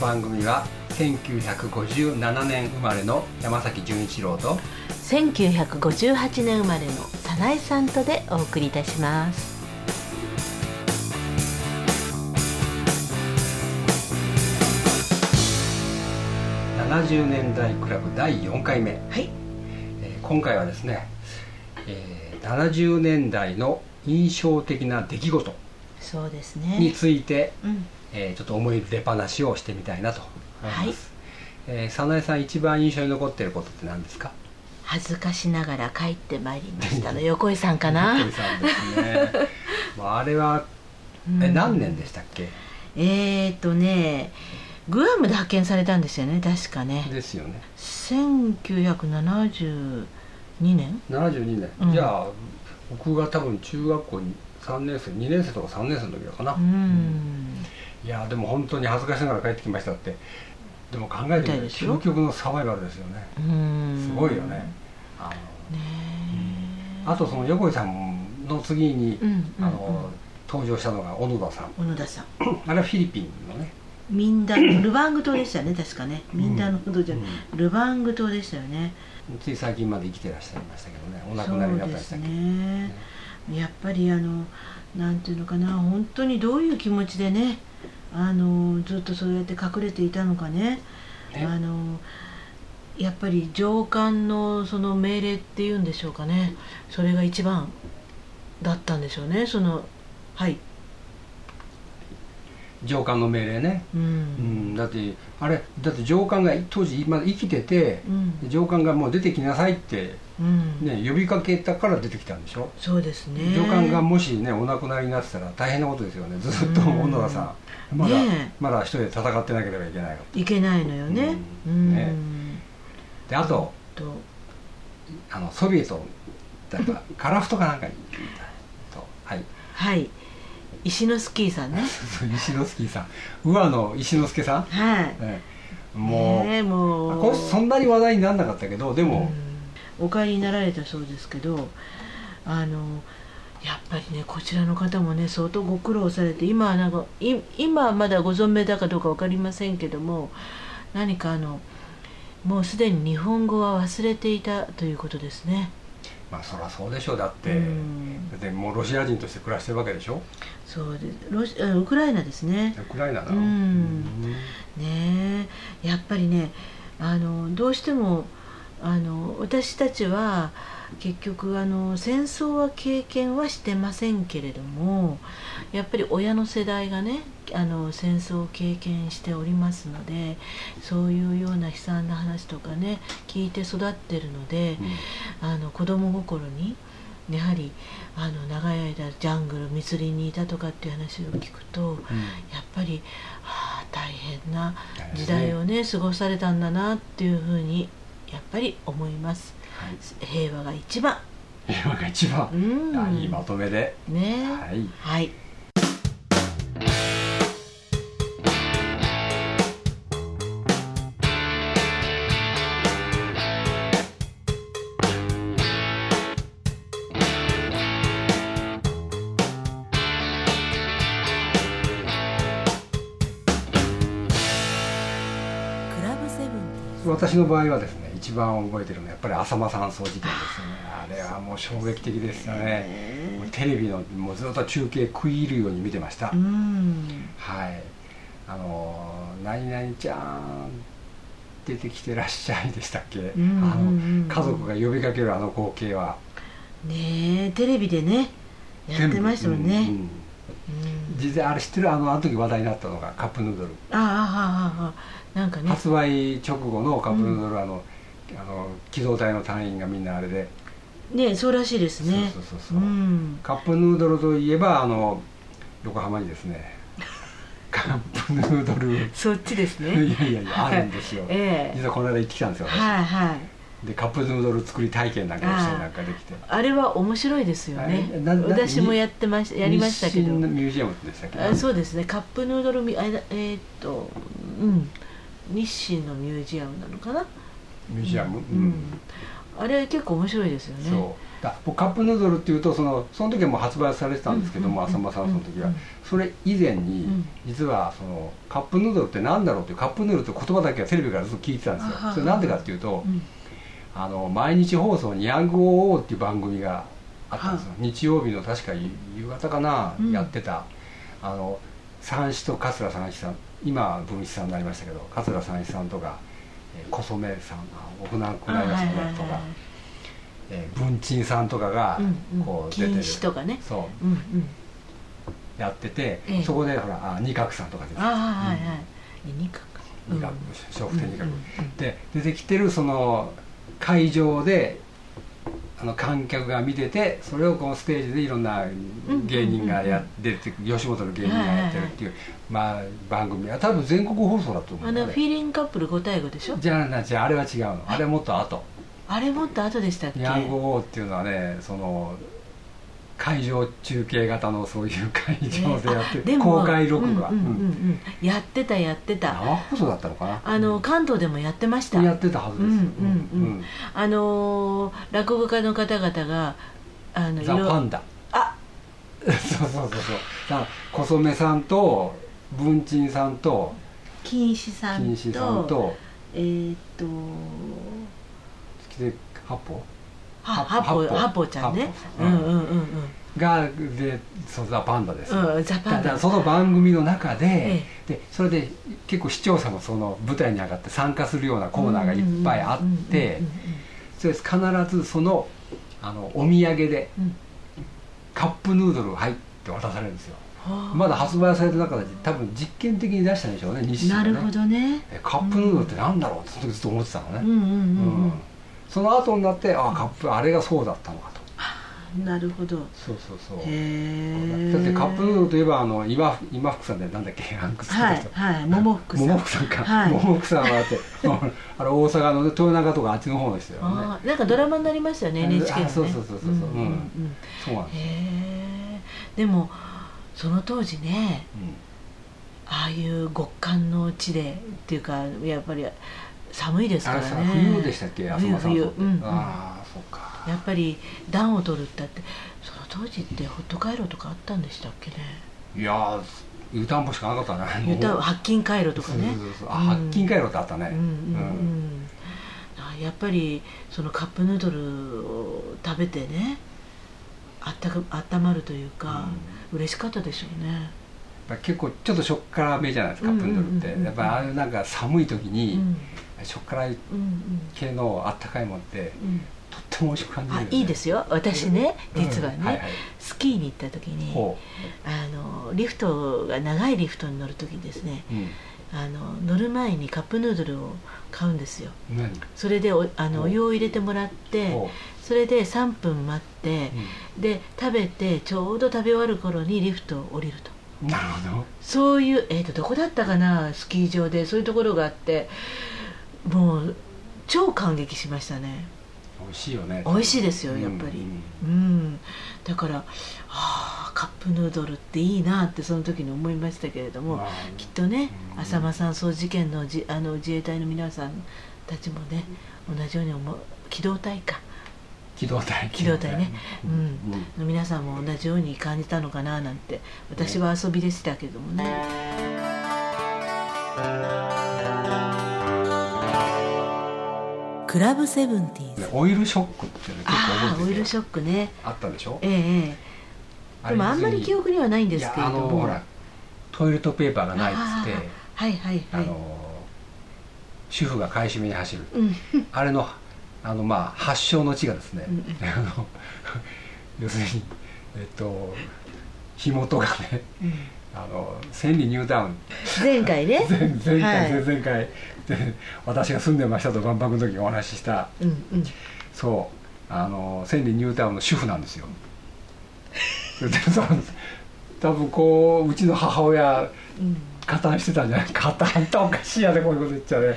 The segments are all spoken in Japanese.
番組は1957年生まれの山崎純一郎と1958年生まれの早苗さんとでお送りいたします70年代クラブ第4回目、はいえー今回はですね、えー70年代の印象的な出来事そうですにねついて、うんえーちょっと思い出話をしてみたいなと思はいいます、えー早苗さん一番印象に残っていることって何ですか恥ずかしながら帰ってまいりましたの横井さんかな鳥さんですね まああれはうえん何年でしたっけ、えーとねグアムで発見されたんですよね確かねですよね1972年72年、うんじゃあ僕が多分中学校に3年生2年生とか3年生の時だかな、うん、いやでも本当に恥ずかしながら帰ってきましたってでも考えてみ痛いるでしょ究極のサバイバルですよねうんすごいよね、あねえのあとその横井さんの次に、うんうんうんあの登場したのが小野田さん小野田さんあれはフィリピンのねミンダルバング島でしたよね確かねミンダの島じゃない、ルバング島でしたよねつい最近まで生きてらっしゃいましたけどねお亡くそなりにうなったでりしすたけど、ねやっぱりあのなんていうのかな本当にどういう気持ちでねあのずっとそうやって隠れていたのかねねあのやっぱり上官のその命令っていうんでしょうかねそれが一番だったんでしょうねそのはい、上官の命令ね、ううんん、だってあれだって上官が当時まだ生きててう、ん上官がもう出てきなさいって、うんね、呼びかけたから出てきたんでしょ、そうですね上官がもしねお亡くなりになってたら大変なことですよねずっとうん小野田さんまだ、ねえまだ一人で戦ってなければいけないわいけないのよね。ううんん。ねであととあのソビエトだったかカラフトかなんかに行ったとはい はい石のスキーさんね。石之助さん上野石之助さん、はい。ええもう、ねえもうこれそんなに話題にならなかったけどでも、うんお帰りになられたそうですけど、あのやっぱりねこちらの方もね相当ご苦労されて今はなんかい今はまだご存命だかどうかわかりませんけども何かあのもうすでに日本語は忘れていたということですね。まあそりゃそうでしょうだって、うんだってもうロシア人として暮らしてるわけでしょそうですロシあウクライナですね。ウクライナだろうんうんねえやっぱりねあのどうしてもあの私たちは結局あの戦争は経験はしてませんけれどもやっぱり親の世代がねあの戦争を経験しておりますのでそういうような悲惨な話とかね聞いて育ってるので、あの子供心にやはりあの長い間ジャングル密林にいたとかっていう話を聞くとやっぱり、はあ、大変な時代をね過ごされたんだなっていうふうにやっぱり思いますはい平和が一番今が一番、うんあいいまとめで、ねはいはいクラブセブンティーン私の場合はですね一番覚えてるのはやっぱり浅間山荘事件ですよねあれはもう衝撃的ですよねもうテレビのもうずっと中継食い入るように見てました、うんはいあのー「何々ちゃん出てきてらっしゃい」でしたっけ、んあうんうんうんの家族が呼びかけるあの光景はねえテレビでねやってましたもん全部ね、うんうんうん実際あれ知ってるあのあの時話題になったのがカップヌードル、ああああああなんかね発売直後のカップヌードルはあの、あの機動隊の隊員がみんなあれで、ねそうらしいですねそうそうそうそう、んカップヌードルといえばあの横浜にですね カップヌードルそっちですいねやいやいやあるんですよ、 ええ実はこの間行ってきたんですよ、私はいはいでカップヌードル作り体験なんかをしてなんかできてあれは面白いですよねあれなな私もやってましやりましたけ日清のどミュージアムでしたっけあそうですねカップヌードルミあえーっとうん日清のミュージアムなのかなミュージアム、うんあれ結構面白いですよねそうだ僕カップヌードルっていうとそのその時はもう発売されてたんですけども、うんうん浅うんうん間さんその時は、それ以前に、うん実はそのカップヌードルってなんだろうっていうカップヌードルって言葉だけはテレビからずっと聞いてたんですよあははそれなんでかっていうと、うんあの毎日放送「ニャングオーっていう番組があったんですよ、日曜日の確か夕夕方かな、うんやってたあの三枝と桂三枝さん今文枝さんになりましたけど桂三枝さんとか、えー小染さん奥南あ区は内いさはいんとか、はいはえー文鎮さんとかがいうんこうんう出てる、禁止とかねそうんうんうやってて、ええそこでほらあ二角さんとか出てあたあはいはいえ二角か二角うん笑福亭二角、うんうんうんで出てきてるその会場であの観客が見ててそれをこのステージでいろんな芸人がやってて吉本の芸人がやってるっていう、まあ、番組は多分全国放送だと思うあのフィねーリングカップル5対5でしょじゃあなじゃああれは違うのあれはもっと後あれもっと後でしたっけニャンゴーっていうのはねその会場中継型のそういう会場でやってえーある、でも公開録画、うんうんうんうんうんやってたやってた生放送だったのかなあの関東でもやってましたやってたはずです、うんうんうんあのー落語家の方々があのザ・いろパンダあ そうそうそうそうさあ小染さんと文鎮さんと金糸さんと金子さんとえーっと月で八方ははハポハポハポちゃんねハポさうんんうんうんうんがでそうザ・パンダです、うんザパンダだからその番組の中で,、えでそれで結構視聴者もその舞台に上がって参加するようなコーナーがいっぱいあってうんそうです必ずそのあのお土産でうんうんうんうんカップヌードル入って渡されるんですよはあまだ発売された中で多分実験的に出したんでしょうね日清がなねるほどねえカップヌードルってなんだろうってその時ずっと思ってたのね、うんうんうんその後になってああカップあれがそうだったのかとうんなるほどそうそうそうへえだってカップヌードルといえばあの今今福さんでなんだっけアンクスはのい人はい桃福さん桃福さんか、はい桃福さんはだって あれ大阪のね豊中とかあっちの方の人だよねあーなんかドラマになりましたよねあ NHK のねそうそうそうそうそううんうんうんそうなんです、へえでもその当時ねああいう極寒の地でっていうかやっぱり寒いですうん、あかれらさね冬でしたっけ浅間さん冬そうって冬うんうんああそうかやっぱり暖を取るったってその当時ってホット回路とかあったんでしたっけねいやー湯たんぽしかなかったね言ったら白金回路とかねそうそうそうあ発金回路ってあったね、うんうんうんあやっぱりそのカップヌードルを食べてねあったかあったまるというか、嬉しかったでしょうねやっぱ結構ちょっとしょっからめじゃないですかうカップんヌードルって、うんうんうんやっぱりああいうなんか寒い時うんに、しょっからいうん系のあったかいもんってうんうんとっても美味しく感じるあよ、ね、いいですよ私ねうん実はね、はいはいスキーに行った時にほあのリフトが長いリフトに乗る時にですねう、うん、あの乗る前にカップヌードルを買うんですよ何それでおあのほうお湯を入れてもらってほそれで3分待ってう、で食べてちょうど食べ終わる頃にリフトを降りるとうん、なるほそういうえっ、とどこだったかなスキー場でそういうところがあってもう超感激しましたねど美味しいよね美味しいですよやっぱりうんうんだからあーカップヌードルっていいなってその時に思いましたけれどうんも、まあきっとねうん浅間山荘事件のじあの自衛隊の皆さんたちもね同じように思う機動隊か機動隊機動隊ねうんうんの皆さんも同じように感じたのかななんて私は遊びでしたけどもね。クラブセブンティーねズ。オイルショックって、ね、結構ああ、覚オえイてルてショックね。あったでしょええええ。でもあんまり記憶にはないんですけれどいやあのも。ほらトイレットペーパーがないっつってはいはいあはい。の主婦が買い占めに走るうん。あれのあのまあ発祥の地がですね、うんあの要するにえっと火元がねあの千里ニュータウン前回ね。 前前回、はい前々回で私が住んでましたと万博の時にお話ししたうんうん。そうあの千里ニュータウンの主婦なんですよそれでそう多分こううちの母親うん。加担してたんじゃない加担っておかしいやねこういうこと言っちゃね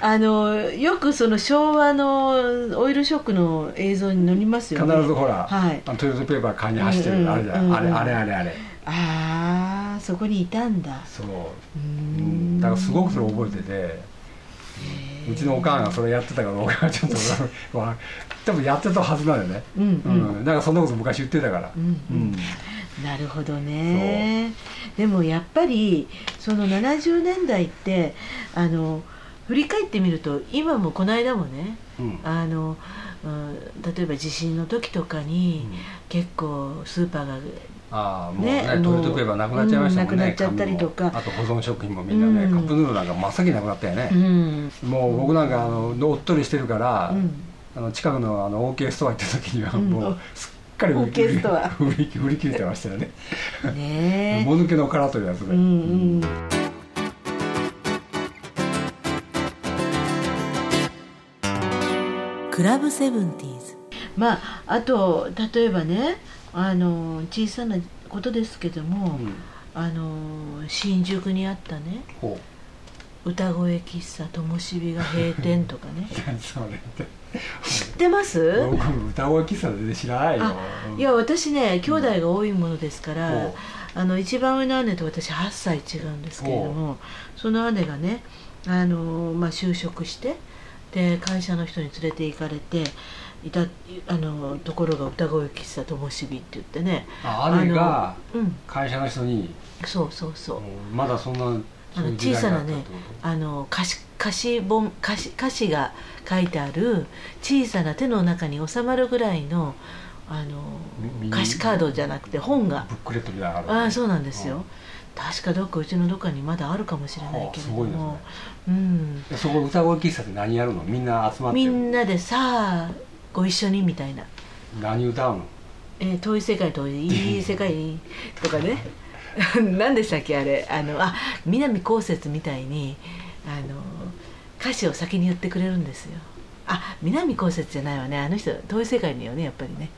あのよくその昭和のオイルショックの映像に載りますよ必ねずほら、はいあのトイレットペーパー買いに走ってる、あれじゃん、うんうんあれあれあれあれああそこにいたんだそうーう、うんんだからすごくそれ覚えててへえうちのおかんがそれやってたからおかんはちょっとわ多分やってたはずなんだよね、うんうんうんなんかそんなこと昔言ってたから、うんうんなるほどねでもやっぱりその70年代ってあの振り返ってみると今もこの間もねうんうんあの、うん、例えば地震の時とかに、結構スーパーがああもうねねあのトイレットペーパーなくなっちゃいましたもんね、うんなくなっちゃったりとか缶もあと保存食品もみんなね、うんカップヌードルなんか真っ先になくなったよねう、ん、もう僕なんかあののおっとりしてるから、うん、あの近くのあの OK ストア行った時にはうんもうすっかり売り切 OK ストア売り売り切れてましたよねねもぬけの殻というやつで、うんうんクラブセブンティーズまああと例えばねあの小さなことですけども、うんあの新宿にあったねほ歌声喫茶ともしびが閉店とかねう何それって知ってます僕歌声喫茶で知らないよあうんいや私ね兄弟が多いものですから、うんあの一番上の姉と私8歳違うんですけれどもその姉がねあの、まあ、就職してで会社の人に連れて行かれていたあのところが歌声喫茶ともしびって言ってねあ姉があのうん会社の人にそうそうそう、うんまだそんなあそういのう時小代さがあなったってねこあの歌詞歌詞本歌詞歌詞が書いてある小さな手の中に収まるぐらいのあのみ歌詞カードじゃなくて本がとブックレットみたいなのがあるあそうなんですよ、確かどっかうちのどっかにまだあるかもしれないけれども、はうん、でそこ歌声喫茶って何やるのみんな集まっみてんなでさあご一緒にみたいな、何歌うのえー遠い世界遠いいい世界とかね 何でしたっけあれあのあ南こうせつみたいにあの歌詞を先に言ってくれるんですよあ南こうせつじゃないわねあの人遠い世界によねやっぱりね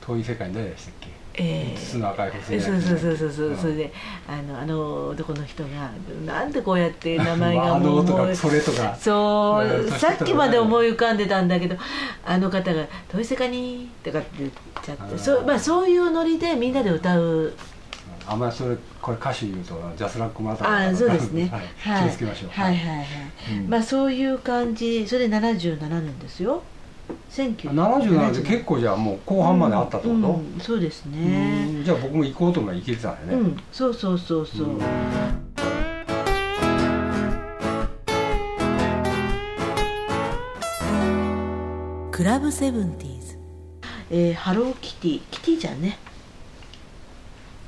遠い世界に誰でしたっけえー五つの赤い星えじゃそなうくてそうそうそうそう、うんそれであのあの男の人がなんでこうやって名前まあがあのもう音もがうそれとかそまあう確かにさっきまで思い浮かんでたんだけどあの方が「どうせかに」とかって言っちゃっあてーそう,、まあ、そういうノリでみんなで歌うあんまりそれこれ歌詞言うとジャスラックマターああのそうで すねはいはい気をつけましょうはいはいはい、うんまあそういう感じそれで77年ですよ1977 77で結構じゃあもう後半まであったってこと、うんうんそうですねうんじゃあ僕も行こうと思えば行けてたんだうよね、ん、そうそうそうそう、うんクラブセブンティーズ、えーハローキティキティちゃんね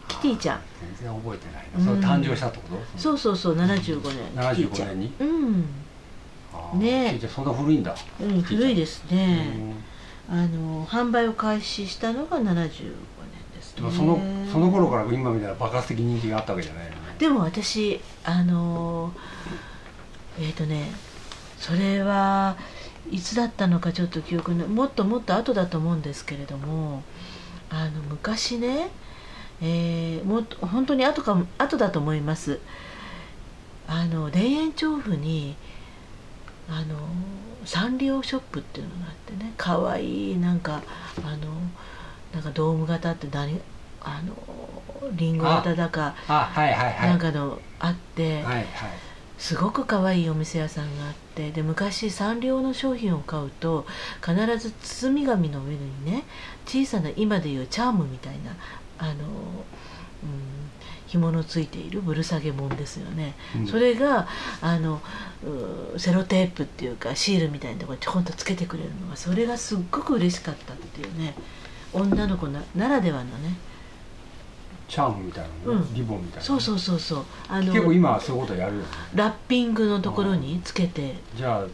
キティちゃん全然覚えてないな、うんそれ誕生したってことそうそうそう75年キティちゃ75ん年にうん、あーねえじゃあそんな古いんだ、うん、古いですね、うんあの販売を開始したのが75年ですでねもそのその頃から今みたいな爆発的人気があったわけじゃないよねでも私あのーえっ、とねそれはいつだったのかちょっと記憶のもっともっと後だと思うんですけれどもあの昔ね、えーもっと本当に後かも後だと思いますあの田園調布にあのサンリオショップっていうのがあってねかわいいなんかあのなんかドーム型って何あのリンゴ型だかあはいはいはいなんかのあって、はいはいすごく可愛いお店屋さんがあってで昔サンリオの商品を買うと必ず包み紙の上にね小さな今でいうチャームみたいなあの、うん、紐のついているぶる下げもんですよね、うんそれがあのうーセロテープっていうかシールみたいなところにちょこんとつけてくれるのがそれがすっごく嬉しかったっていうね女の子なならではのねチャームみたいなのね、うんリボンみたいなねそうそうそうそうあの結構今はそういうことやるよねラッピングのところにつけてじゃあ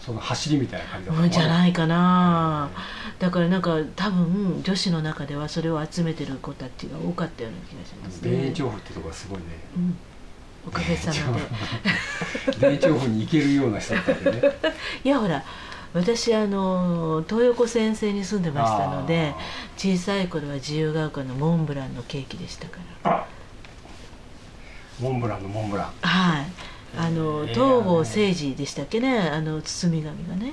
その走りみたいな感じだうんじゃいないかなだからなんか多分女子の中ではそれを集めてる子たちが多かったような気がします田ね園調布ってとこがすごいねうんおかげさまで田園調布に行けるような人だったんでね いやほら私あの東横先生に住んでましたので小さい頃は自由が丘のモンブランのケーキでしたからモンブランのモンブランはいあえのえ東郷誠治でしたっけねあの包み紙がね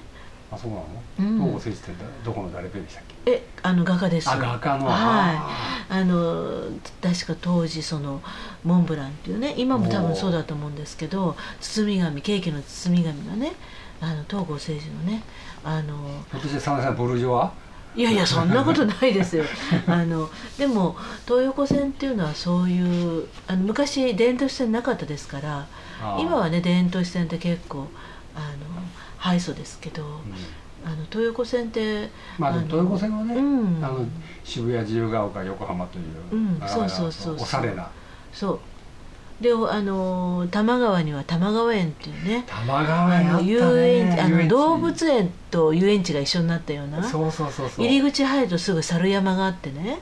あそうなの、うん東郷誠一ってどこの誰ペンでしたっけえあの画家ですあ画家のはいあの確か当時そのモンブランっていうね今も多分そうだと思うんですけど包み紙ケーキの包み紙がねあの東郷誠司のねあのひょっとして真田さんボルジョワいやいやそんなことないで すよあのでも東横線っていうのはそういうあの昔電都市線なかったですからあー今はね電都市線って結構あの敗訴ですけど、うんあの東横線ってまあでも東横線はね、うんあの渋谷自由が丘横浜という、うんなかなかそうそうそうそうおしゃれなそうでおあの多摩川には多摩川園っていうね多摩川あにあったのね遊園地あ遊の園地動物園と遊園地が一緒になったようなそうそうそうそう入り口入るとすぐ猿山があっ てね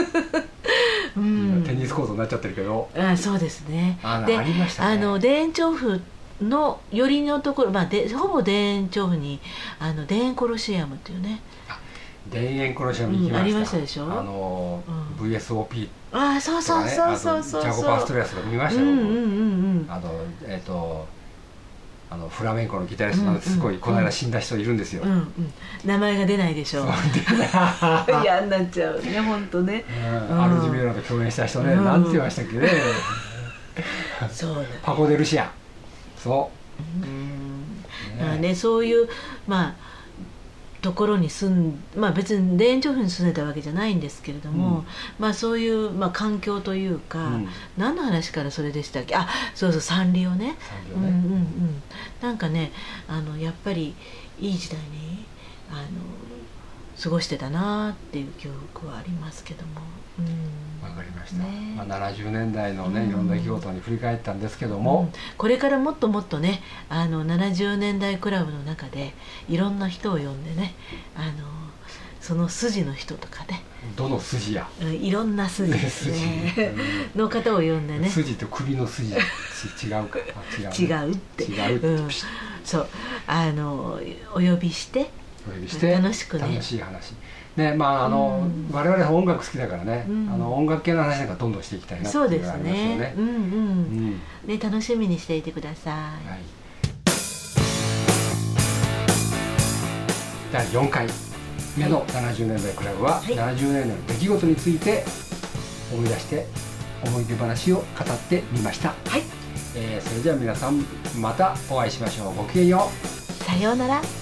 う今んテニスコートになっちゃってるけどあそうですねあでありましたねあの田園調布の寄りのところ、まあ、でほぼ田園調布にあの田園コロシアムっていうね田園コロシアム行きました、うんありましたでしょあの、うん VSOP ああそうとかそうねそうそうそうあとジャコパ・ストリアスとか見ましたうよ、ん僕うんうんうんあのえっ、とあのフラメンコのギタリストなんてすごい、うんこの間死んだ人いるんです よ、うんうん名前が出ないでしょう 嫌になっちゃうね本当ねうんアルジミューラと共演した人ね、うんなんて言いましたっけね、そうだパコ・デルシアそうんう、だからねそういうまあところに住んまあ別に田園調布に住んでたわけじゃないんですけれども、うんまあそういう、まあ、環境というか、うん何の話からそれでしたっけあそうそうサンリオね産業うんうんうねんなんかねあのやっぱりいい時代にあの過ごしてたなっていう記憶はありますけども、うんわ、かりました、ねまあ、70年代のうねんいろんな出来事に振り返ったんですけどうもん、これからもっともっとねあの70年代クラブの中でいろんな人を呼んでねあのその筋の人とかねどの筋や、うんいろん な筋ですねの方を呼んでね筋と首の筋ち違うかあ違違うねうって違うってうんピシッ、そうあのお呼びしてお呼びして楽しくね楽しい話ねまああの、うん我々は音楽好きだからね、うんあの音楽系の話なんかどんどんしていきたいなっていそううのでがあすりますよねねうんううんんね楽しみにしていてください、はい第4回目の70年代クラブは、はい70年代の出来事について思い出して思い出話を語ってみました、はい、えーそれでは皆さんまたお会いしましょうごきげんようさようなら